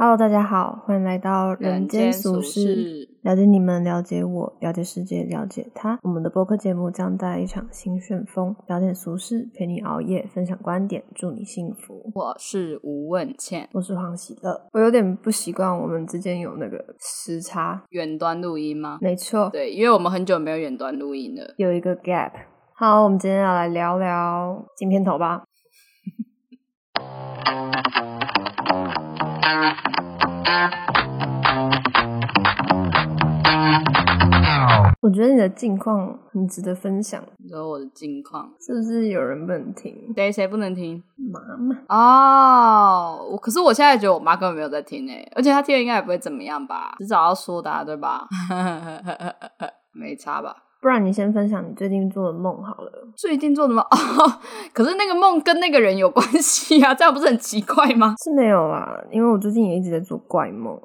Hello，大家好，欢迎来到人间间俗俗事事，了解你们，了解我，了解世界，了解他。我们的播客节目将带来一场新旋风，聊点俗事，陪你熬夜，分享观点，祝你幸福。我是吴问倩，我是黄喜乐，我有点不习惯我们之间有那个时差，远端录音吗？没错，对，因为我们很久没有远端录音了。有一个 gap。好，我们今天要来聊聊金片头吧。我觉得你的近况很值得分享，你说我的近况，是不是有人不能听？谁谁不能听？妈妈，哦，我可是我现在觉得我妈根本没有在听诶，而且她听了应该也不会怎么样吧，迟早要说的、啊，对吧？ 没差吧？不然你先分享你最近做的梦好了。最近做什么？ 哦，可是那个梦跟那个人有关系啊，这样不是很奇怪吗？是没有啦，因为我最近也一直在做怪梦，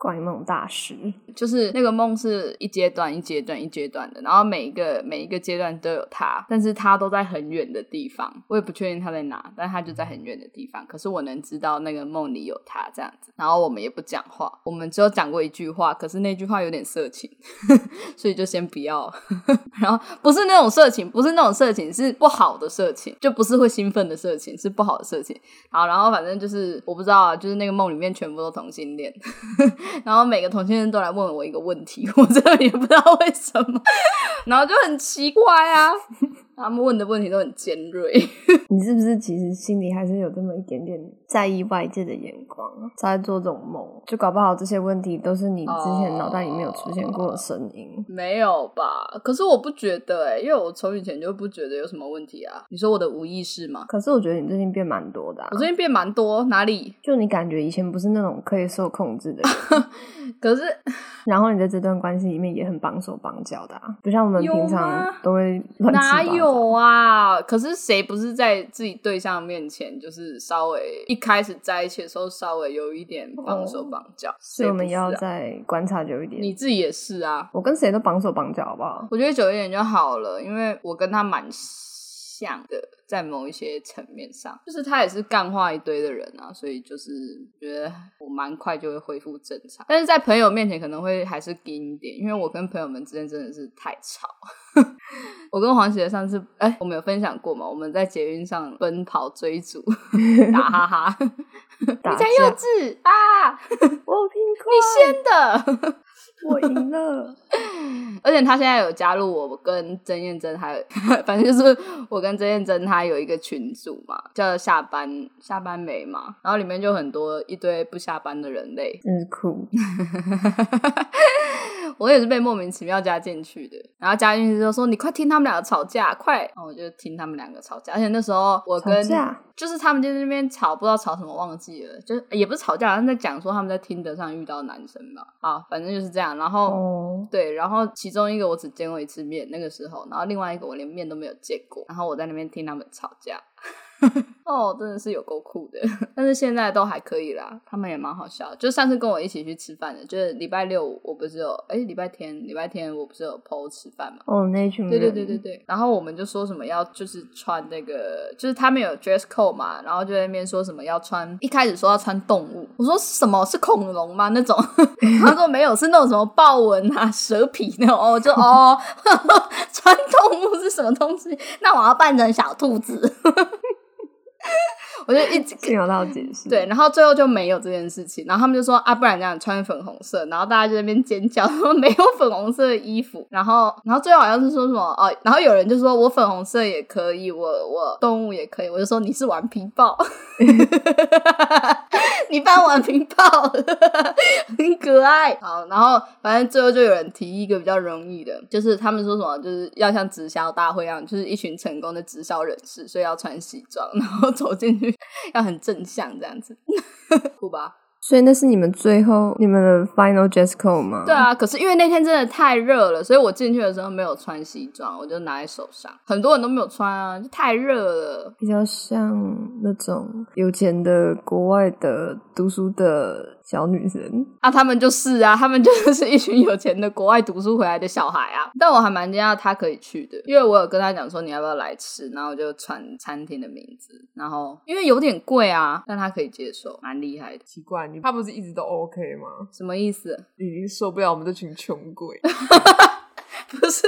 怪梦大师。就是那个梦是一阶段一阶段一阶段的，然后每一个每一个阶段都有它，但是它都在很远的地方，我也不确定它在哪，但它就在很远的地方。可是我能知道那个梦里有它这样子，然后我们也不讲话，我们只有讲过一句话，可是那句话有点色情， 所以就先不要。 然后不是那种色情，不是那种色情，是不好的色情，就不是会兴奋的色情，是不好的色情。好，然后反正就是我不知道啊，就是那个梦里面全部都同性恋，然后每个同性恋都来问我一个问题，我真的也不知道为什么，然后就很奇怪啊，他们问的问题都很尖锐。你是不是其实心里还是有这么一点点在意外界的眼光，才会做这种梦？就搞不好这些问题都是你之前脑袋里面有出现哦过的声音。没有吧？可是我不觉得哎、因为我从以前就不觉得有什么问题啊。你说我的无意识吗？可是我觉得你最近变蛮多的、啊我，最近变蛮多，哪里？就你感觉以前不是那种可以受控制的 人，可是然后你在这段关系里面也很绑手绑脚的、啊，不像我们有平常吗都会乱七哪八糟有啊？可是谁不是在自己对象面前，就是稍微一开始在一起的时候，稍微有一点绑手绑脚？哦所谁以不我们是要啊再观察久一你点。自己也是啊。我跟谁都绑手绑脚，好不 好？我觉得久一点就好了，因为我跟他蛮像的，在某一些层面上，就是他也是干话一堆的人啊，所以就是觉得我蛮快就会恢复正常。但是在朋友面前可能会还是硬一点，因为我跟朋友们之间真的是太吵。 我跟黄雪上次，哎、我们有分享过嘛？我们在捷运上奔跑追逐， 打哈哈， 打你架才幼稚啊！我有拼你先的。过，我赢了。 而且他现在有加入我跟曾燕珍，还有 反正就是我跟曾燕珍，他有一个群组嘛，叫下班下班没嘛，然后里面就很多一堆不下班的人类， 真是酷！我也是被莫名其妙加进去的。然后加进去就说：“你快听他们两个吵架，快！”然后我就听他们两个吵架，而且那时候我跟吵架就是他们就在那边吵，不知道吵什么忘记了，就是也不是吵架，好像在讲说他们在听得上遇到男生吧，啊，反正就是这样。然后。哦，对，然后其中一个我只见过一次面，那个时候，然后另外一个我连面都没有见过，然后我在那边听他们吵架， 哦，真的是有够酷的，但是现在都还可以啦，他们也蛮好笑的。就上次跟我一起去吃饭的，就是礼拜六我不是有，哎，礼拜天，礼拜天我不是有 PO 吃饭嘛。哦，那一群人，对对对对对，然后我们就说什么要就是穿那个，就是他们有 dress code 嘛，然后就在那边说什么要穿，一开始说要穿动物，我说什么是恐龙吗？那种， 他说没有，是那种什么豹纹啊、蛇皮那种，哦我就哦， 穿动物是什么东西？那我要扮成小兔子， 我就一直是有到解释。对，，然后最后就没有这件事情，然后他们就说啊，不然这样穿粉红色，然后大家就在那边尖叫， 说没有粉红色的衣服，然后然后最后好像是说什么哦，然后有人就说我粉红色也可以，我我动物也可以，我就说你是顽皮豹， 你扮顽皮豹，很可爱。好，然后反正最后就有人提一个比较容易的，就是他们说什么就是要像直销大会一样，就是一群成功的直销人士，所以要穿西装， 然后走进去要很正向这样子， 酷吧？所以那是你们最后你们的 final dress code 吗？对，啊，可是因为那天真的太热了，所以我进去的时候没有穿西装，我就拿在手上，很多人都没有穿啊，就太热了。比较像那种有钱的国外的读书的小女生。啊，他们就是啊，他们就是一群有钱的国外读书回来的小孩啊。但我还蛮惊讶他可以去的，因为我有跟他讲说你要不要来吃，然后我就传餐厅的名字，然后因为有点贵啊，但他可以接受，蛮厉害的。奇怪，你你他不是一直都 OK 吗？什么意思？ 你已经受不了我们这群穷鬼。不是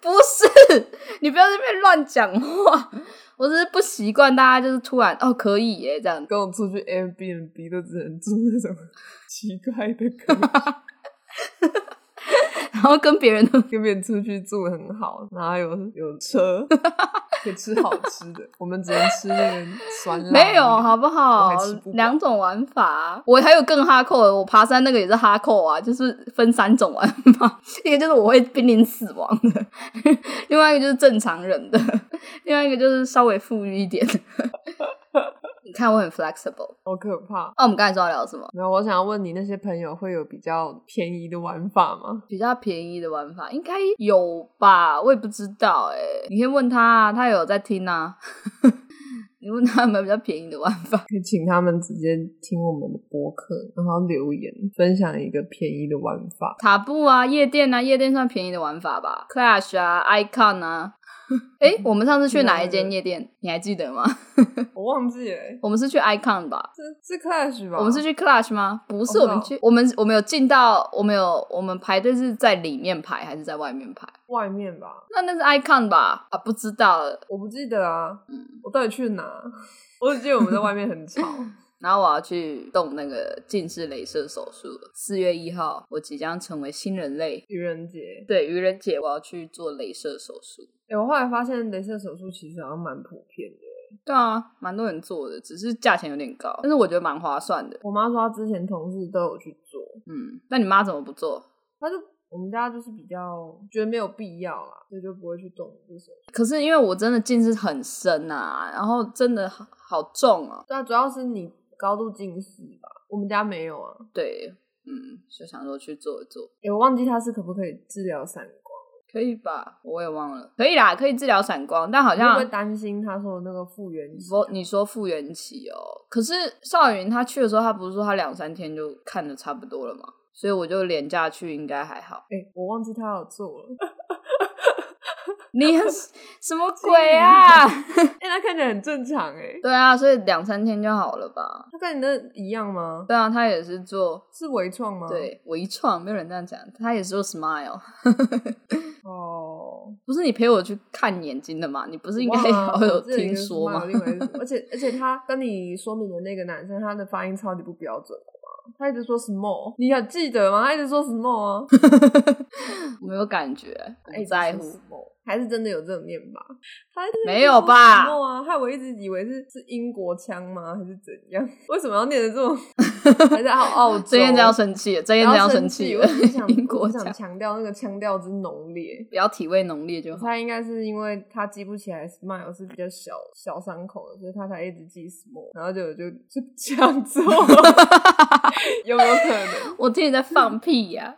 不是，你不要在那边乱讲话。 我只是不习惯大家就是突然哦可以耶这样，跟我出去 Airbnb 都只能住那种奇怪的隔间，然后跟别人都跟别人出去住很好，然后有有车，可以吃好吃的，我们只能吃那个酸辣。没有好不好我还吃不？饱两种玩法，我还有更哈扣的，我爬山那个也是哈扣啊，就是分三种玩法， 一个就是我会濒临死亡的， 另外一个就是正常人的， 另外一个就是稍微富裕一点的。 你看我很 flexible。哦好可怕。那、我们刚才说要聊什么？没有，我想要问你，那些朋友会有比较便宜的玩法吗？比较便宜的玩法应该有吧，我也不知道哎、你可以问他啊，他有在听啊。 你问他有没有比较便宜的玩法？可以请他们直接听我们的播客，然后留言分享一个便宜的玩法。 塔布啊，夜店啊，夜店算便宜的玩法吧。Clash 啊，Icon 啊。诶，我们上次去哪一间夜店？你还记得吗？ 我忘记了、欸，我们是去 Icon 吧？是是 Clash 吧？我们是去 Clash 吗？不是，啊我不知我道们去，我们我们有进到，我们有我们排队是在里面排还是在外面排？外面吧？那那是 Icon 吧？啊，不知道了。我不记得啊，嗯我到底去哪？ 我只记得我们在外面很 吵。然后我要去动那个近视雷射手术了。四月一号，我即将成为新人类。愚人节，对，愚人节我要去做雷射手术。哎、我后来发现镭射手术其实好像蛮普遍的。对啊，蛮多人做的，只是价钱有点高，但是我觉得蛮划算的。我妈说她之前同事都有去做，嗯，那你妈怎么不做？她就我们家就是比较觉得没有必要啦，所以就不会去动这手术。可是因为我真的近视很深啊，然后真的好好重啊。对啊，主要是你高度近视吧，我们家没有啊。对，嗯，就想说去做一做，哎、我忘记它是可不可以治疗散光，可以吧？我也忘了，可以啦，可以治疗散光，但好你会像不会担心他说的那个复原期啊说你说复原期哦，可是邵云他去的时候，他不是说他两三天就看的差不多了吗？所以我就廉价去，应该还好。哎、我忘记他有做了。 你 什么鬼啊？哎、他看起来很正常哎、对啊，所以两三天就好了吧？他跟你那一样吗？对啊，他也是做是微创吗？，对微创，没有人这样讲，他也是做 smile。哦，不是你陪我去看眼睛的嘛？你不是应该哇要 有这里听说是蛮有吗？另外一 种而且而且他跟你说明的那个男生，他的发音超级不标准好吗他一直说 small，你还记得吗？他一直说 small 啊，我没有感觉，他一不直在说乎。 small，还哎是真的有这种念吧？他一直没有吧说 small 啊，害我一直以为是是英国腔吗？还是怎样？ 为什么要念的这 种？还是澳澳洲？真燕真要生气了，真燕不真要生气！气我了只是想，，英我国只想讲强调那个腔调之浓烈。不要体味浓烈就我好。猜应该是因为他记不起来 smile 是比较小小伤口的，所以他才一直记 small，然后就就就抢 走，有没有可能？ 我听你在放屁呀、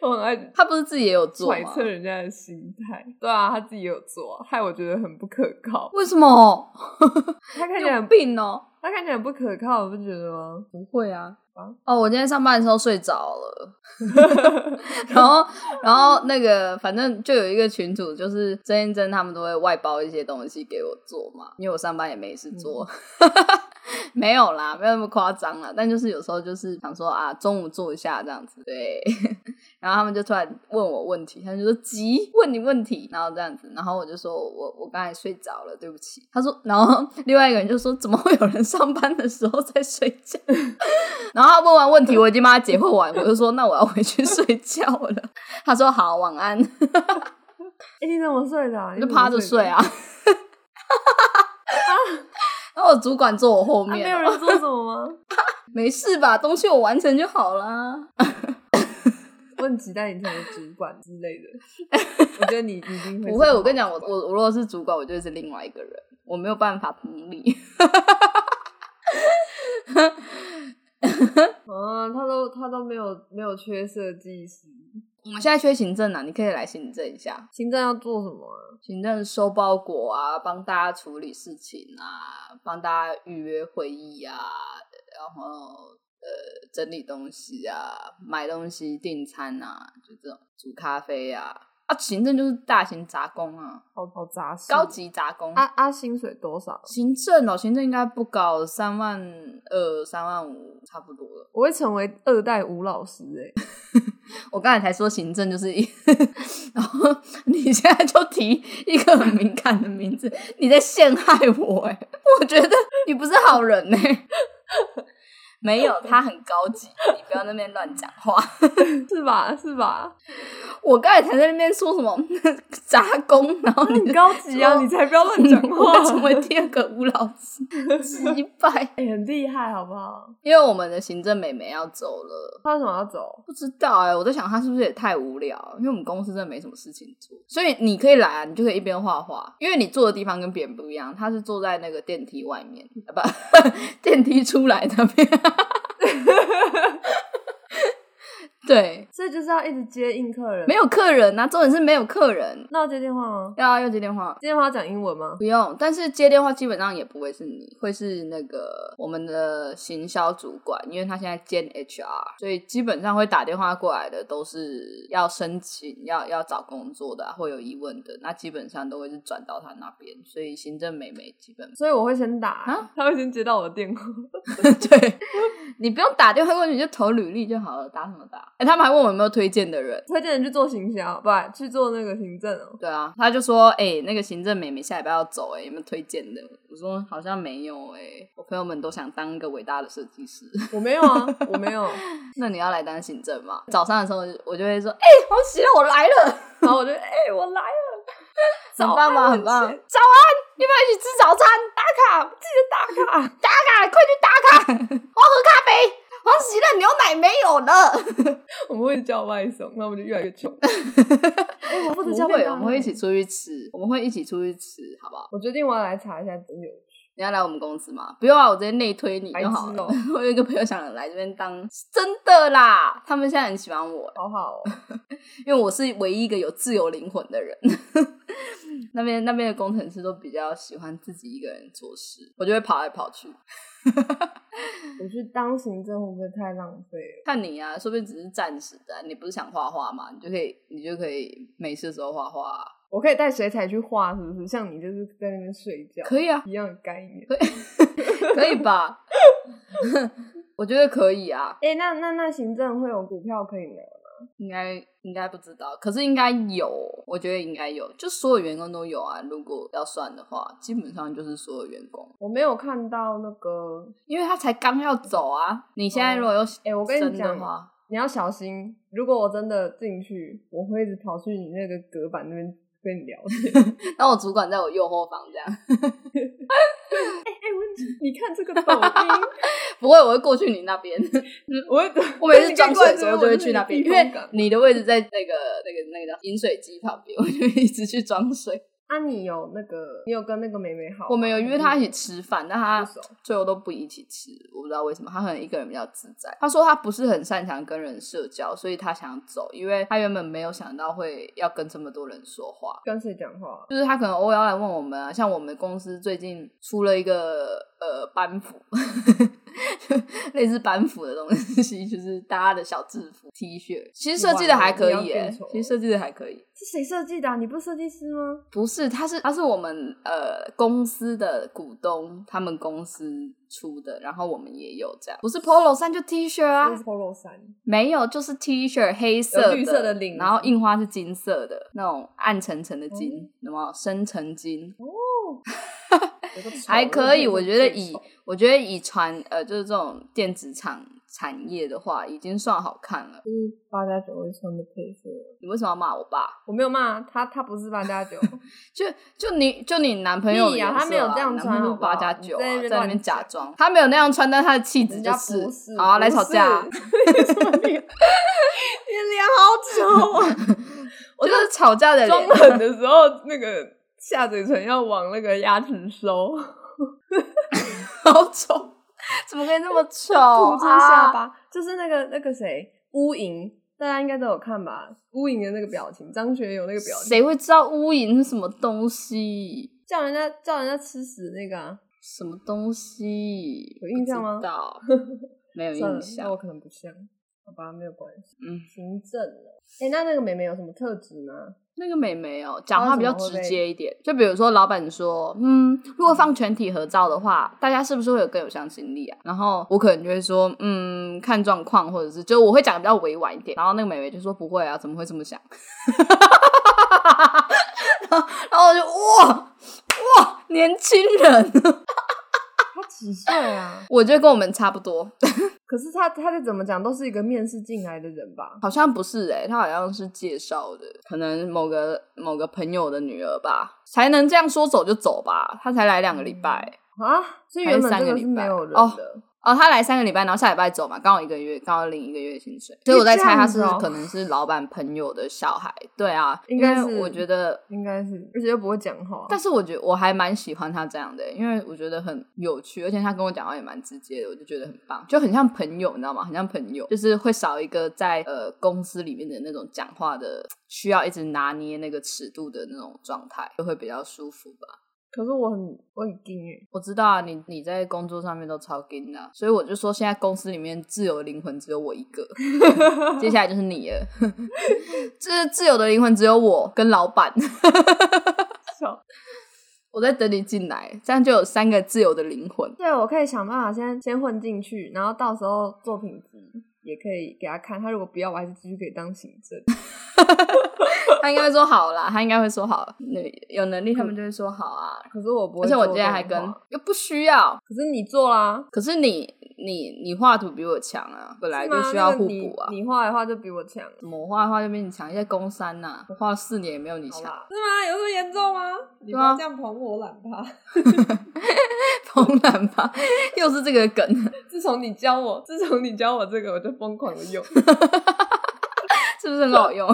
我很爱他不是自己也有做揣吗测？人家的心态。对啊，他自己也有做啊，害我觉得很不可靠。为什么？他看起来有很病哦！他看起来很不可靠，你不觉得吗？不会啊啊。哦，我今天上班的时候睡着了， 然后，然后那个，反正就有一个群主，就是曾燕珍他们都会外包一些东西给我做嘛，因为我上班也没事做， 没有啦，没有那么夸张啦，但就是有时候就是想说啊，中午做一下这样子，对， 然后他们就突然问我问题，他们就说急问你问题，然后这样子，然后我就说我我刚才睡着了，对不起。他说，然后另外一个人就说怎么会有人上班的时候在睡觉？然后他问完问题，我已经帮他解惑完，我就说那我要回去睡觉了。 他说好，晚安，哎、你怎么睡的、啊？我你就怎么趴着睡的 啊。然后我主管坐我后啊！面没哦，有人说什么吗？没事吧？东西我完成就好啦。我很期待你成为主管之类的。 我觉得你你一定会不会，是我跟你讲，我我我如果是主管，我就是另外一个人，我没有办法同理。 啊，他都他都没有没有缺设计师，我们现在缺行政啊，你可以来行政一下，行政要做什么啊？行政收包裹啊，帮大家处理事情啊，帮大家预约会议啊，然后呃整理东西啊，买东西、订餐啊，就这种煮咖啡啊。啊，啊，行政就是大型杂工啊，好好扎实。高级杂工。啊啊，薪水多少？行政哦，行政应该不高，三万二、三万五差不多了。我会成为二代吴老师哎、我刚才才说行政就是一， 然后你现在就提一个很敏感的名字，你在陷害我哎！我觉得你不是好人呢。没有，他很高级，你不要那边乱讲话。 是吧？是吧？我刚才才在那边说什么杂工，然后你很就高级啊，说嗯你才不要乱讲我话会。成为第二个吴老 师，击败。哎、很厉害，好不好？因为我们的行政美眉要走了，他为什么要走？不知道哎、我在想她是不是也太无聊了，因为我们公司真的没什么事情做，所以你可以来啊，你就可以一边画画，因为你坐的地方跟别人不一样，她是坐在那个电梯外面，啊不， 电梯出来那边。 对，所以就是要一直接应客人。没，有客人啊，重点是没有客人，那我接电话吗？要啊要接电话。接电话要讲英文吗？不用，但是接电话基本上也不会是你，会是那个我们的行销主管，因为他现在兼 HR，所以基本上会打电话过来的都是要申请、要要找工作的、啊，会有疑问的，那基本上都会是转到他那边，所以行政美眉基本所以我会先打、啊他会先接到我的电话。 对，你不用打电话过去，你就投履历就好了，打什么打？哎、他们还问我有没有推荐的人。推荐人去做行销，不去做那个行政哦。对啊，他就说：“哎、那个行政美眉下礼拜要走、哎，有没有推荐的？”我说：“好像没有、哎，我朋友们都想当一个伟大的设计师。”我没有啊，我 没有。那你要来当行政吗？早上的时候我就会说，哎、黄喜乐，我 来了，然后我就哎、我来了，很棒吗？很棒，早安，很要不要一起吃早餐？打卡，记得打 卡。打 卡，快去打卡，我要喝咖啡。黄喜乐牛奶没有 了，我们会叫外送，那我们就越来越 穷。哎、我不能不叫会外，我们会一起。出去吃，我们会一起出去吃，好不好？我决定我要来查一下真有你要来我们公司吗？不用啊，我直接内推你白就好痴了哦、。 我有一个朋友想来这边当，真的啦，他们现在很喜欢我，好好、哦，因为我是唯一一个有自由灵魂的人。 那边那边的工程师都比较喜欢自己一个人做事，我就会跑来跑去。我去当行政会不会太浪费了？看你啊，说不定只是暂时的啊、你不是想画画吗？你就可以，你就可以没事的时候画画啊、我可以带水彩去画，是不是？像你就是在那边睡觉，可以啊，一样的概念。可以吧？ 我觉得可以啊，哎、那那那行政会有股票可以拿？应该应该不知道，可是应该有，我觉得应该有，就所有员工都有啊。如果要算的话，基本上就是所有员工，我没有看到那个，因为他才刚要走啊。你现在如果有哎、我跟生你的讲，话，你要小心。如果我真的进去，我会一直跑去你那个隔板那边跟你聊 天。然后我主管在我右后方这样，哎、我你看这个抖音， 不会，我会过去你那边。我会我每次装水的时候就会去那边，因为你你的位置在那个那个那个叫饮水机旁边，我就一直去装水。啊，你有那个，你有跟那个妹妹好吗？我们有约他还一是起吃饭，但他不熟最后都不一起吃，我不知道为什么，他可能一个人比较自在。他说他不是很擅长跟人社交，所以他想走，因为他原本没有想到会要跟这么多人说话。跟谁讲话？啊就是他可能偶尔要来问我们啊，像我们公司最近出了一个呃班服， 就类似班服的东西，就是大家的小制服 T 恤，其实设计的还可哇以你耶、要变丑其实设计的还可以。是谁设计的啊、你不是设计师吗？不是，他是他是我们呃公司的股东，他们公司出的，然后我们也有这样，不是 polo 衫就 T 恤啊这，是 polo 衫，没有，就是 T 恤黑色的，有绿色的领子哦然后印花是金色的，那种暗沉沉的金，有没有深沉金？有个丑还可以，有个我觉得最以丑我觉得以传呃就是这种电子厂产业的话，已经算好看了。就是八加九会穿的配色。你为什么要骂我爸？我没有骂他，他不是八加 九，就就你就你男朋友的屁呀颜色啊、他没有这样穿好不好八加九啊，你在那边在那乱边假讲装，他没有那样穿，但他的气质人就家是不是。好啊，不来吵架啊，是 你脸好丑啊！我就是吵架的装脸。冷的时候，那个下嘴唇要往那个牙齿收，好 丑，怎么可以那么丑？ 吐出下啊巴，就是那个那个谁，乌蝇，大家应该都有看吧？乌蝇的那个表情，张学友那个表情，谁会知道乌蝇是什么东西？叫人家叫人家吃屎那个啊？什么东西？有印象吗 不知道没有算了印，那象我。可能不像。好吧，没有关系。嗯行政了。哎、那那个妹妹有什么特质吗？那个美眉哦，讲话她比为较什么直会被接一点。就比如说，老板说：“嗯，如果放全体合照的话，大家是不是会有更有向心力啊？”然后我可能就会说：“嗯，看状况，或者是就我会讲得比较委婉一点。”然后那个美眉就说：“不会啊，怎么会这么想？” 然后然后我就哇哇，年轻人， 她几岁啊？我觉得跟我们差不多，可是她她再怎么讲都是一个面试进来的人吧？好像不是诶、欸，她好像是介绍的，可能某个某个朋友的女儿吧，才能这样说走就走吧。她才来两个礼拜欸、啊，所以原本还是三这个个礼是拜没有人的。哦哦，他来三个礼拜，然后下礼拜走嘛，刚好一个月，刚好领一个月的薪水，所以我在猜他是这样子哦可能是老板朋友的小孩，对啊，应该因为是我觉得，应该是，而且又不会讲话。但是我觉得我还蛮喜欢他这样的，因为我觉得很有趣，而且他跟我讲话也蛮直接的，我就觉得很棒，就很像朋友，你知道吗？很像朋友，就是会少一个在呃公司里面的那种讲话的需要一直拿捏那个尺度的那种状态，就会比较舒服吧。可是我很我很惊欸耶，我知道啊，你你在工作上面都超紧的啊、所以我就说现在公司里面自由的灵魂只有我一 个，接下来就是你了。 这自由的灵魂只有我跟老板， 我在等你进来，这样就有三个自由的灵魂。对，我可以想办法先先混进去，然后到时候作品集也可以给他看。他如果不要，我还是继续可以当行政。 他应该会说好啦，他应该会说好，那有能力他们就会说好啊。可是嗯我不会，而且我今天还跟，又不需要，可是你做啦，可是你你你画图比我强啊，本来是就吗需要那个互你补啊。你画的话就比我强，啊怎么画的话就比你强，一些工三呐、我画了四年也没有你好强。 啦，是吗？有这么严重吗？你对啊样捧我懒趴。怦然吧， 又是这个梗， 自从你教我，自从你教我这个，我就疯狂 的用。是不是很 好用？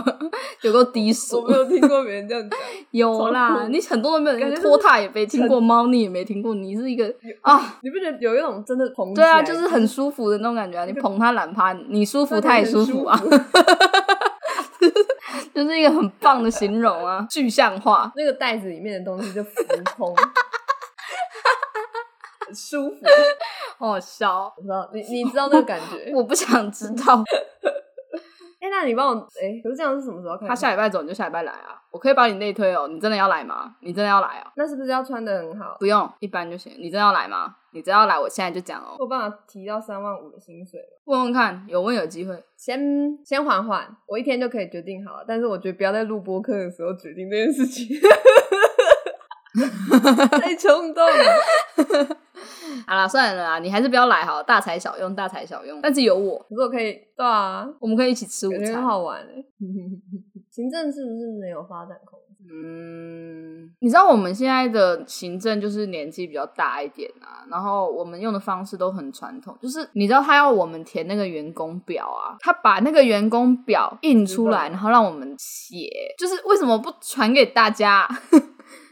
有够低我俗没，有听过别人这样讲， 有啦，你很多都没有感人觉就是拖沓也没听过，猫腻也没听过，你是一个啊，你不觉得有一种真的捧起对来？啊，就是很舒服的那种感觉啊，你捧它懒趴，你舒服它也舒服啊，就是一个很棒的形 容啊，具象化。那个袋子里面的东西就浮 空，很舒服。好笑，我知道你，你知道那个感觉。我不想知道。哎、那你帮我，哎、可是这样是什么时候开始？他下礼拜走，你就下礼拜来啊，我可以把你内推哦。你真的要来吗？你真的要来啊？那是不是要穿的很好？不用，一般就行。你真的要来吗？你真的要来，我现在就讲哦。我有办法提到三万五的薪水吗？问问看，有问有机会。先先缓缓，我一天就可以决定好了。但是我觉得不要在录播课的时候决定这件事情，太冲动了。好啦，算了啦，你还是不要来好了，大材小用，大材小用。但是有我，可是我可以，对啊，我们可以一起吃午感觉餐很。好玩哎、 行政是不是没有发展空间？嗯，你知道我们现在的行政就是年纪比较大一点啊，然后我们用的方式都很传统，就是你知道他要我们填那个员工表啊，他把那个员工表印出来，然后让我们写，就是为什么不传给大家？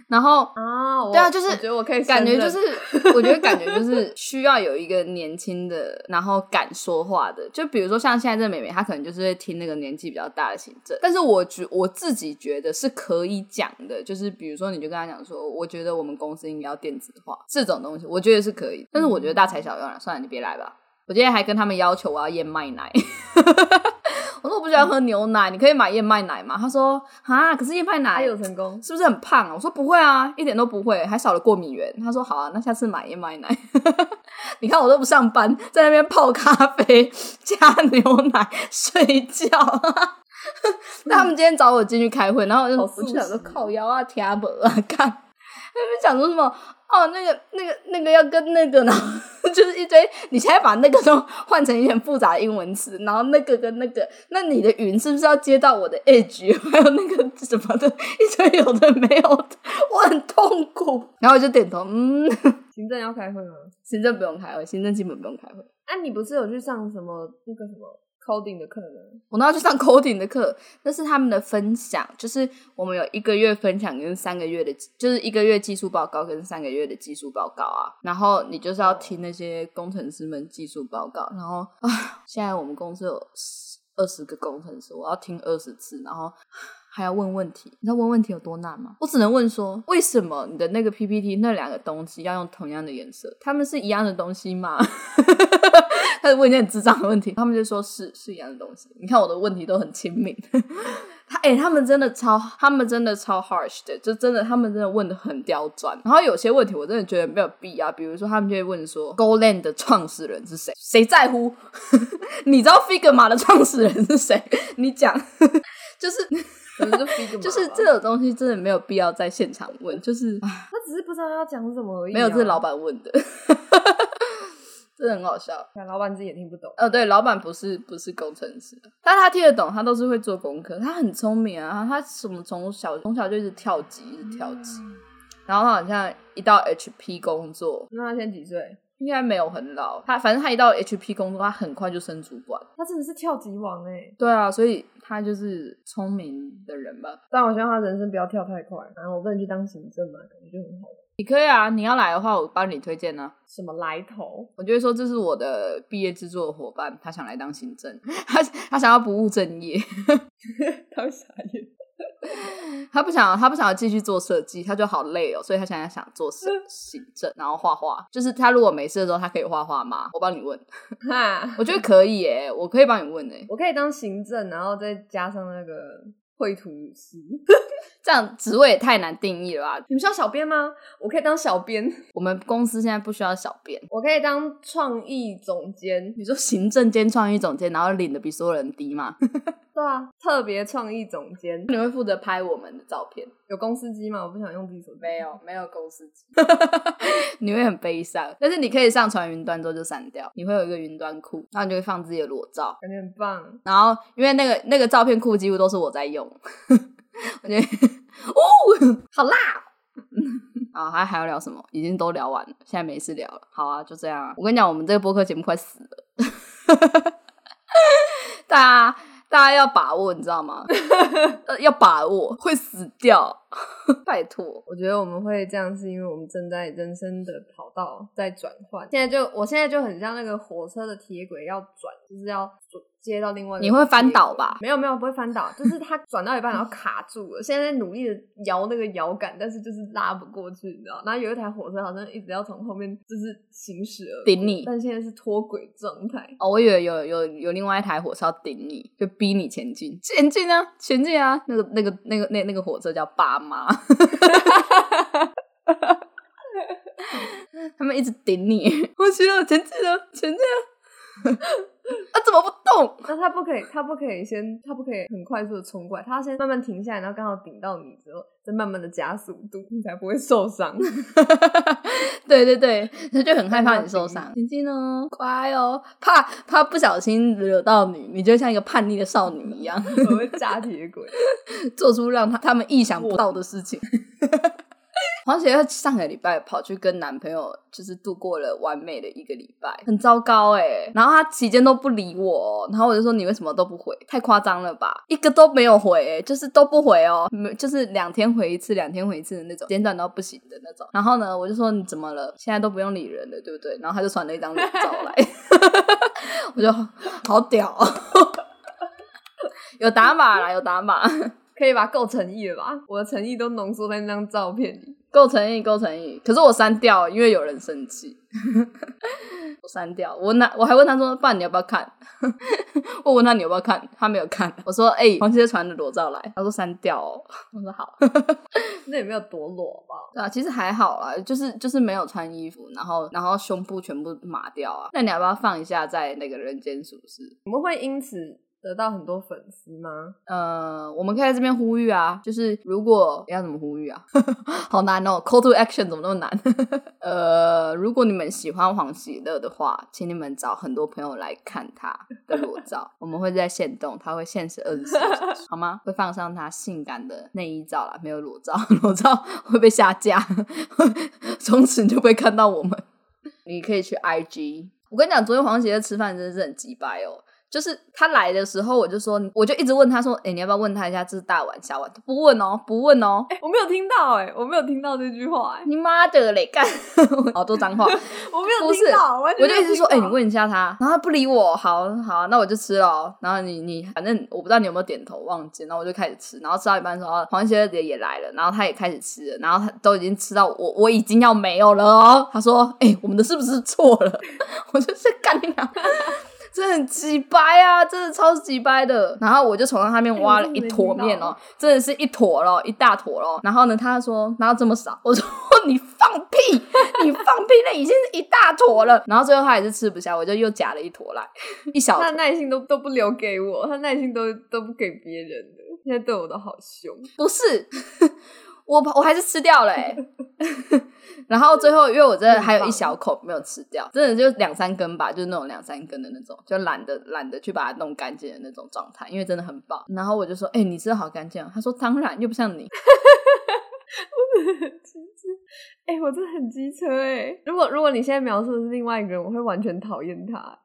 然后啊，我对啊就是我觉得我可以感觉胜就任是，我觉得感觉就是 需要有一个年轻的，然后敢说话的。就比如说像现在这个妹妹，她可能就是会听那个年纪比较大的行政，但是我觉我自己觉得是可以讲的，就是比如说你就跟她讲说，我觉得我们公司应该要电子化这种东西，我觉得是可以。但是我觉得大材小用了，算了，你别来吧。我今天还跟他们要求我要燕麦奶。 我说我不喜欢喝牛奶，你可以买燕麦奶吗？他说啊，可是燕麦奶他有成功，是不是很胖啊？我说不会啊，一点都不会，还少了过敏源。他说好啊，那下次买燕麦奶。你看我都不上班，在那边泡咖啡、 加牛奶、睡觉。 那他们今天找我进去开会，然后我就好我速就想说食靠腰啊、贴脖啊，看 他们讲说什么哦，那个、那个、那个要跟那个呢， 就是一堆。你现在把那个都换成一点复杂的英文词，然后那个跟那个，那你的云是不是要接到我的 edge，还有 那个什么的，一堆有的没有的，我很痛苦。 然后我就点头，嗯，行政要开会吗？行政不用开会，行政基本不用开会。啊，你不是有去上什么那个什么 coding 的课呢？我那时候去上 coding 的课，那是他们的分享，就是我们有一个月分享跟三个月的，就是一个月技术报告跟三个月的技术报告啊。然后你就是要听那些工程师们技术报告，然后啊，现在我们公司有二十个工程师，我要听二十次，然后。还要问问题。你知道问问题有多难吗？我只能问说，为什么你的那个 PPT 那两个东西要用同样的颜色？他们是一样的东西吗？ 他就问一些很智障的问题，他们就说是是一样的东西。你看我的问题都很亲民。 他哎、他们真的超，他们真的超 harsh 的，就真的，他们真的问的很刁钻。然后有些问题我真的觉得没有必要，比如说他们就会问说，GoLand 的创始人是谁？谁在乎？ 你知道 Figma 的创始人是谁？你讲， 就是可能就 figma 就是吧这种东西真的没有必要在现场问，就是唉他只是不知道要讲什么而已啊、没有这是老板问的， 真的很好笑。老板自己也听不懂。呃，对，老板不是不是工程师，但他听得懂，他都是会做功课，他很聪明啊，他什么从小从小就一直跳级，一直跳嗯级，啊然后他好像一到 HP 工作，那他现在几岁？应该没有很老，他反正他一到 HP 工作，他很快就升主管，他真的是跳级王哎、对啊，所以他就是聪明的人吧。但我希望他人生不要跳太快。然后我不能去当行政嘛，感觉就很好玩。你可以啊，你要来的话，我帮你推荐啊。什么来头？我就会说这是我的毕业制作的伙伴，他想来当行政， 他他想要不务正业，当傻眼。他不想他不想要继续做设计，他就好累哦，所以他现在想做行行政，然后画画。就是他如果没事的时候，他可以画画吗？我帮你问， 哈，我觉得可以耶、我可以帮你问诶、我可以当行政，然后再加上那个绘图师。 这样职位也太难定义了吧？你们需要小编吗？我可以当小编， 我们公司现在不需要小编。我可以当创意总监。你说行政兼创意总监，然后领的比所有人低吗？ 对啊，特别创意总监。你会负责拍我们的照片？有公司机吗？我不想用自己手机。没有，没有公司机， 你会很悲伤。但是你可以上传云端之后就删掉，你会有一个云端库，然后你就会放自己的裸照。感觉很棒。然后因为那个那个照片库几乎都是我在用， 我觉得哦，好辣。 啊，还还要聊什么？已经都聊完了，现在没事聊了。好啊，就这样啊。我跟你讲，我们这个播客节目快死了， 大家大家要把握，你知道吗？呃要把握，会死掉， 拜托。我觉得我们会这样，是因为我们正在人生的跑道在转换。现在就，我现在就很像那个火车的铁轨要转，就是要转接到另外一个。你会翻倒？吧？没有没有，不会翻倒，就是它转到一半然后卡住了。现在在努力的摇那个摇杆，但是就是拉不过去，你知道？然后有一台火车好像一直要从后面就是行驶而过，顶你但现在是脱轨状态。哦，我以为有有有另外一台火车要顶你，就逼你前进，前进啊，前进啊！那个那个那个那那个火车叫爸妈， 他们一直顶你， 我去了，前进啊，前进啊！ 啊，怎么不动？那他不可以，他不可以先，他不可以很快速的冲过来，他要先慢慢停下来，然后刚好顶到你之后，再慢慢的加速度，你才不会受伤。 对对对，他就很害怕你受伤。前进哦，乖哦，怕怕不小心惹到你，你就像一个叛逆的少女一样，我会炸铁轨， 做出让他他们意想不到的事情。黄姐在上个礼拜跑去跟男朋友，就是度过了完美的一个礼拜，很糟糕哎、然后他期间都不理我、然后我就说你为什么都不回？太夸张了吧，一个都没有回、欸，就是都不回哦、没就是两天回一次，两天回一次的那种，简短到不行的那种。然后呢，我就说你怎么了？现在都不用理人了，对不对？然后他就传了一张裸照来， 我就好屌、哦， 有打码啦，有打码。可以吧？够诚意了吧？我的诚意都浓缩在那张照片里。 够诚意，够诚意。可是我删掉，因为有人生气。 我删掉，我那我还问他说：“爸，你要不要看？” 我问他你要不要看，他没有看。我说：“哎、黄先生传的裸照来。”他说：“删掉、哦。”我说：“好。那也没有多裸吧？”对啊，其实还好啦，就是就是没有穿衣服，然后然后胸部全部麻掉啊。那你要不要放一下在那个人间俗世？我们会因此得到很多粉丝吗？呃，我们可以在这边呼吁啊，就是如果要怎么呼吁啊， 好难哦，call to action 怎么那么难？ 呃，如果你们喜欢黄喜乐的话，请你们找很多朋友来看他的裸照，我们会在现动，他会限时二十四小时，好吗？会放上他性感的内衣照啦，没有裸照， 裸照会被下架， 从此你就不会 看到我们。你可以去 IG。我跟你讲，昨天黄喜乐吃饭真的是很鸡掰哦，就是他来的时候，我就说，我就一直问他说，哎、你要不要问他一下这是大碗小碗？他不问哦，不问哦。我没有听到哎、我没有听到这句话哎、你妈的嘞，干好多脏话，我没有听到，完全我没有就一直说，哎、听你到问一下他，然后他不理我，好好啊，那我就吃了哦、然后你你反正我不知道你有没有点头，忘记，然后我就开始吃，然后吃到一半的时候，黄先生也来了，然后他也开始吃了，然后他都已经吃到我我已经要没有了哦。他说，哎、我们的是不是错了？ 我就是干你啊！真的很鸡掰啊，真的超级掰的。然后我就从他那哎边挖了一坨面哦，欸真的是一坨咯，一大坨咯。然后呢，他说哪有这么少？我说 你放屁，你放屁，那已经是一大坨了。然后最后他还是吃不下，我就又夹了一坨来，一小他坨的。耐心都都不留给我，他耐心都都不给别人的，现在对我都好凶。不是， 我我还是吃掉了、欸。 然后最后，因为我真的还有一小口没有吃掉，真的就两三根吧，就是那种两三根的那种，就懒得懒得去把它弄干净的那种状态，因为真的很饱。然后我就说：“哎、你吃的好干净、哦。”他说：“当然，又不像你。机车，哎、我真的很机车哎、如果如果你现在描述的是另外一个人，我会完全讨厌他、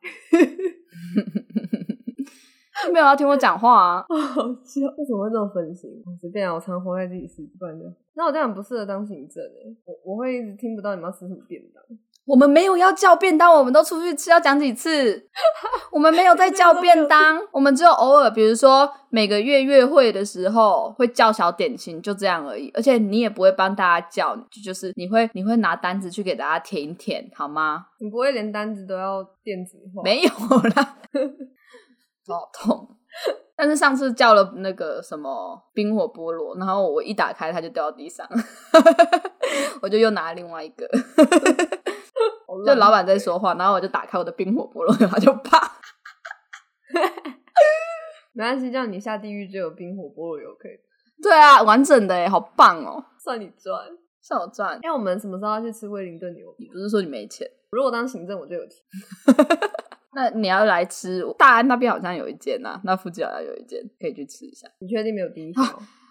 没有要听我讲话啊。好笑，为什么会这么分心？我随便啊，我常活在自己世界，不然就……那我这样很不适合当行政哎、我我会一直听不到你们要吃什么便当，我们没有要叫便当，我们都出去吃，要讲几次？我们没有在叫便当，我们只有偶尔，比如说每个月月会的时候会叫小点心，就这样而已。而且你也不会帮大家叫，就就是你会你会拿单子去给大家填一填，好吗？你不会连单子都要电子化？，没有啦， 头好痛。但是上次叫了那个什么冰火菠萝，然后我一打开它就掉到地上， 我就又拿了另外一个。好就烂老板在说话，然后我就打开我的冰火菠萝，然后就啪。 没关系，这样你下地狱就有冰火菠萝油可以吃，对啊，完整的耶，好棒哦！算你赚。算我赚。哎、我们什么时候要去吃威灵顿牛你排？不是说你没钱？如果当行政，我就有钱。那你要来吃？大安那边好像有一间呐、那附近好像有一间，可以去吃一下。你确定没有低 消？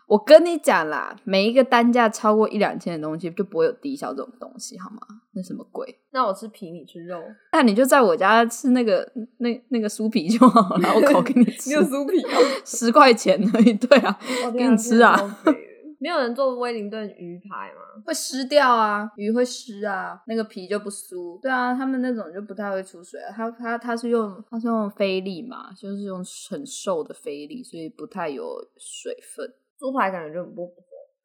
我跟你讲啦，每一个单价超过一两千的东西就不会有低消这种东西，好吗？那什么鬼？那我吃皮，你吃肉，那你就在我家吃那个那那个酥皮就好了，我烤给你吃 你，有酥皮吗？十块钱而已。对啊，我 给你吃啊！天真的超肥的 没有人做威灵顿鱼排吗？会湿掉啊，鱼会湿啊，那个皮就不酥。对啊，他们那种就不太会出水啊。他他他是用他是用菲力嘛，就是用很瘦的菲力，所以不太有水分，猪排感觉就很不不，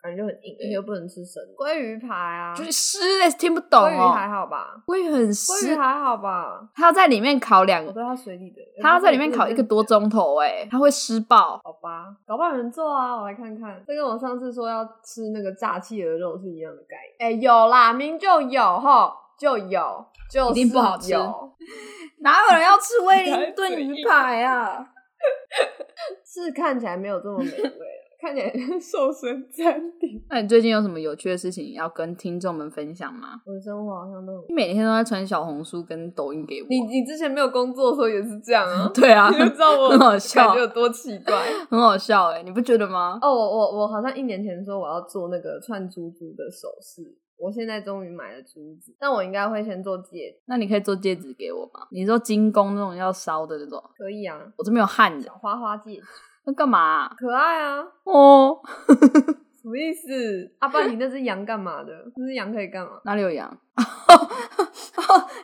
感觉就很硬，而且又不能吃生的。鲑鱼排啊，就是鲑湿欸，听不懂鱼还哦。好吧？鲑鱼很鲑鱼湿，还好吧？它要在里面烤两我，对它水里的，它要在里面烤一个多钟。钟头，哎，它会湿爆。好吧，搞不好有人做啊，我来看看。这跟我上次说要吃那个炸企鹅肉是一样的概念。哎、有啦，明明就有哈，就有，就是一定不好吃有哪有人要吃威 灵灵顿顿鱼鱼排啊？是看起来没有这么美味啊，看起来 像瘦身餐点。那你最近有什么有趣的事情要跟听众们分享吗？我的生活好像都很你每天都在传小红书跟抖音给我，，你你之前没有工作的时候也是这样啊 对啊，你就知道我很好感笑觉有多奇怪。很好笑哎、你不觉得吗？ 哦，我我我好像一年前说我要做那个串珠珠的首饰，我现在终于买了珠子，但我应该会先做戒指，那你可以做戒指给我吗？你说精工那种要烧的那种，可以啊，我这边有焊的小，花花戒指，那干嘛啊、可爱啊，哦，什么意思？阿爸，你那只羊干嘛的？那只羊可以干嘛？哪里有羊？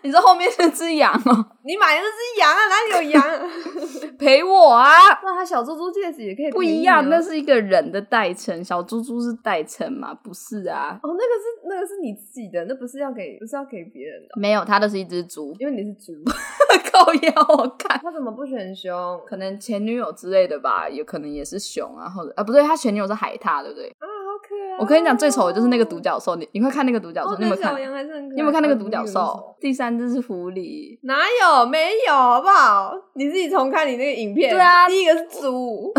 你说后面那只羊哦，你买的那只羊啊， 哪里有羊？陪我啊！那它小珠珠戒指也可以不便一宜样，啊那是一个人的代称，小猪猪是代称嘛？不是啊，哦，那个是那个是你自己的，那不是要给不是要给别人的，哦没有，它都是一只猪。 因为你是猪，靠腰，我看。他怎么不选胸？可能前女友之类的吧，有可能也是熊啊，或者啊，不对，他前女友是海獭，对不对？啊，好可爱哦！我跟你讲，最丑的就是那个独角兽，你你快看那个独角哦兽，你有没有那看小？羊还是很可爱你有没有看那个呃独角不是有那种兽？ 第三只是狐狸， 哪有？没有，好不好？你自己重看你那个影片。对啊第一个是 猪，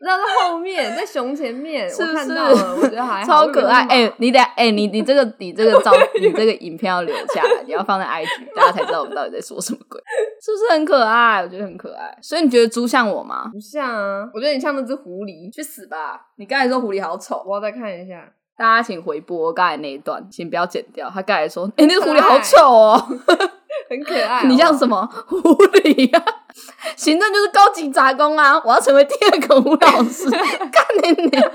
那是后面，在熊前面，是我不看是到了，我觉得还？好 超可爱！那哎、个你得哎、你你这个你这 个照，你这个影片要留下来，你要放在 IG，大家才知道我们到底在说什么鬼， 是不是很可爱？我觉得很可爱。所以你觉得猪像我吗？不像啊，我觉得你像那只狐狸。去死吧！你刚才说狐狸好丑，我要再看一下，大家请回播刚才那一段，请不要剪掉。他刚才说，哎、那个狐狸好丑哦。很可爱好不好。 你像什么狐狸啊？行政就是高级杂工啊！我要成为第二个吴老 师，干你娘！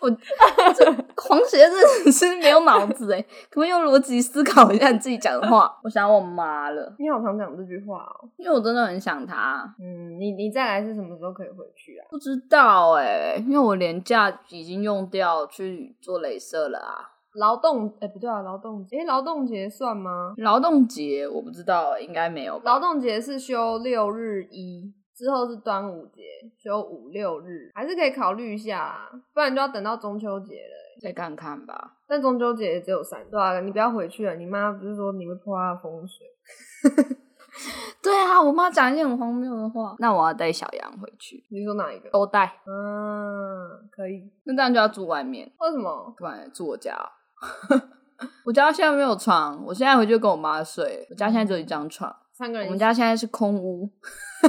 我这黄学真是没有脑子哎，可不可以用逻辑思考一下你自己讲的话？我想我妈了，你好常讲这句话哦。因为我真的很想她。嗯，你你再来是什么时候可以回去啊？不知道哎、因为我廉价已经用掉去做镭射了啊。劳动哎、不对啊，劳动节哎，劳动节算吗？劳动节我不知道、欸，应该没有吧？劳动节是休六日一，之后是端午节休五六日，还是可以考虑一下、啊，不然就要等到中秋节了欸。再看看吧。但中秋节也只有三，对啊，你不要回去了。你妈不是说你会破她的风水？对啊，我妈讲一些很荒谬的话。那我要带小羊回去，你说哪一个？都带。嗯，可以。那这样就要住外面，为什么？不然住我家哦。我家现在没有床，我现在回去跟我妈睡。我家现在只有一张床，三个我人一起。们家现在是空屋，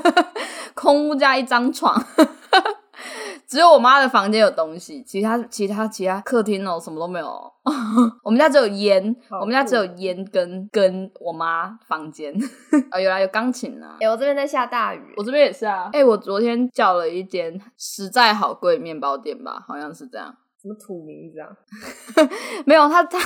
空屋加一张床。 只有我妈的房间有东西，其他其他其他客厅哦，什么都没有哦。 我们家只有烟，好我们家酷只有烟跟跟我妈房间。 啊、有啦，有钢琴啦，哎、我这边在下大雨，我这边也是啊。哎、我昨天叫了一间实在好贵的面包店吧，好像是这样。什么土名字啊？没有，他他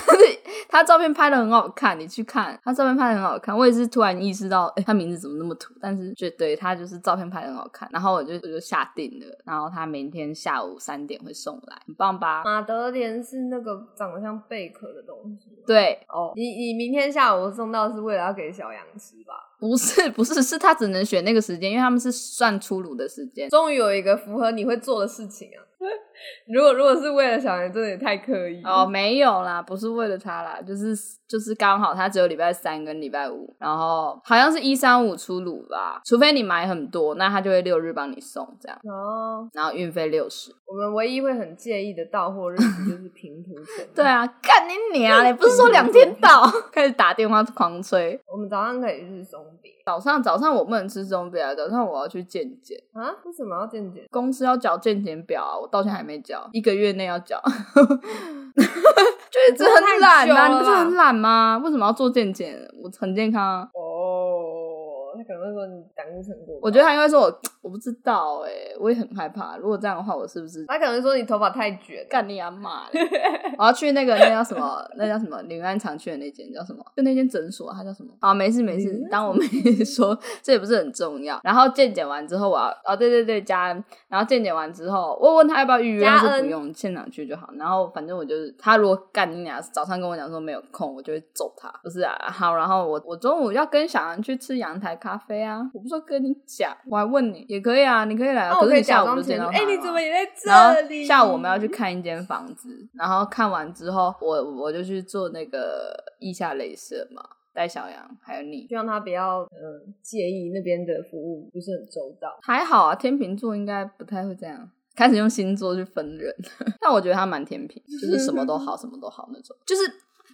他照片拍的很好看，你去看，他照片拍的很好看。我也是突然意识到，哎、他名字怎么那么土？但是就对他就是照片拍的很好看，然后我就我就下定了，然后他明天下午三点会送来，很棒吧？马德莲是那个长得像贝壳的东西吗。对，哦，你你明天下午送到是为了要给小羊吃吧？不是不是，是他只能选那个时间，因为他们是算出炉的时间。终于有一个符合你会做的事情啊！ 如果如果是为了小羊，真的也太刻意哦，。没有啦，不是为了他啦，就是就是刚好他只有礼拜三跟礼拜五，然后好像是一三五出炉吧，除非你买很多，那他就会六日帮你送这样，然后然后运费六十。我们唯一会很介意的到货日子就是平图前。 对，啊，干你娘 嘞！不是说两天到， 开始打电话狂催。我们早上可以日松饼早上早上我不能吃中表，早上我要去健检，啊？为什么要健检？公司要缴健检表啊，我到现在还没缴，一个月内要缴。 就是这很太久懒啊，你了吧不是很懒吗？为什么要做健检？我很健康啊。哦，他可能会说你胆固醇过高，我觉得他应该说我，我不知道哎、我也很害怕。如果这样的话，我是不是他可能说你头发太卷。干你阿妈嘞？ 我要去那个那叫什 么，那叫什么林安常去的那间叫什么？就那间诊所，它叫什么？啊，没事没林安事常，当我没说， 这也不是很重要。然后健检完之后，我要哦对对对，加恩。然后健检完之后，我问他要不要预约，加他恩说不用，现场去就好。然后反正我就是他如果干你俩早上跟我讲说没有空，我就会揍他。不是啊，好，然后我我中午要跟小杨去吃阳台咖啡啊，我不是说跟你讲，我还问你也可以啊，你可以来啊。那哦我可可以是你下假午装就见前到说，他哎、了你怎么也在然后这里？下午我们要去看一间房子，然后看完之后，我我就去做那个腋下镭射嘛，带小杨还有你，希望他不要呃介意那边的服务不是很周到。还好啊，天秤座应该不太会这样。开始用星座去分人， 但我觉得他蛮天平，就是什么都好，什么都好那种。就是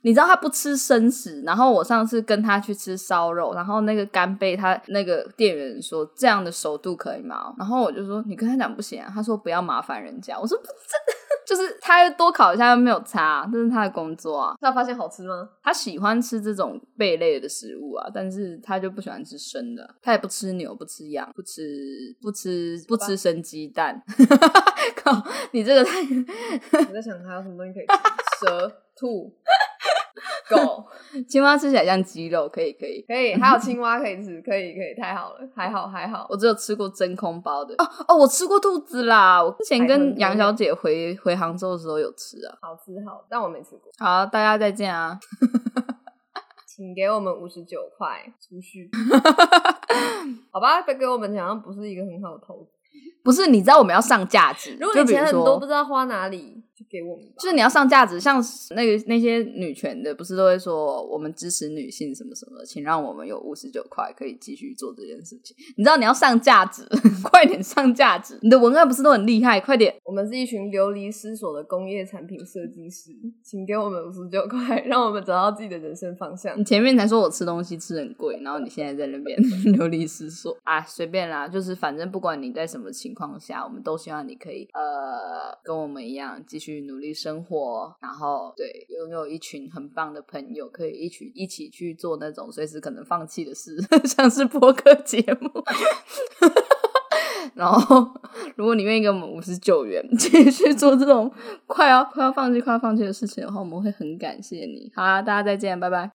你知道他不吃生食，然后我上次跟他去吃烧肉，然后那个干贝他那个店员说这样的熟度可以吗？然后我就说你跟他讲不行啊，他说不要麻烦人家。我说不这 就是他要多烤一下又没有差啊、这是他的工作啊。他发现好吃吗？他喜欢吃这种贝类的食物啊，但是他就不喜欢吃生的，他也不吃牛，不吃羊，不吃不吃不吃生鸡蛋。 靠，你这个太……我在想还有什么东西可以吃？蛇、兔、狗，青蛙吃起来像鸡肉，可以可以。可以，还有青蛙可以吃，可以可以，太好了，还好还好。我只有吃过真空包的哦哦，我吃过兔子啦！我之前海跟豚杨小姐回回杭州的时候有吃啊。好吃好，但我没吃过，好，大家再见啊！请给我们五十九块储蓄， 好吧？这给我们好像不是一个很好的投资。不是，你知道我们要上价值，如果就你比钱如很说多，不知道花哪里，就给我们吧。就是你要上价值，像那个那些女权的，不是都会说我们支持女性什么什么的，请让我们有五十九块可以继续做这件事情。你知道你要上价值， 快点上价值！你的文案不是都很厉害，快点！我们是一群流离失所的工业产品设计师，请给我们五十九块，让我们找到自己的人生方向你。前面才说我吃东西吃很贵，然后你现在在那 边流离失所啊，随便啦，就是反正不管你在什么情况下，我们都希望你可以呃跟我们一样继续去努力生活，然后对拥有一群很棒的朋友，可以一起一起去做那种随时可能放弃的事， 像是播客节目。 然后，如果你愿意给我们五十九元，继续做这种快要快要放弃、快要放弃的事情的话，我们会很感谢你。好啦，大家再见，拜拜。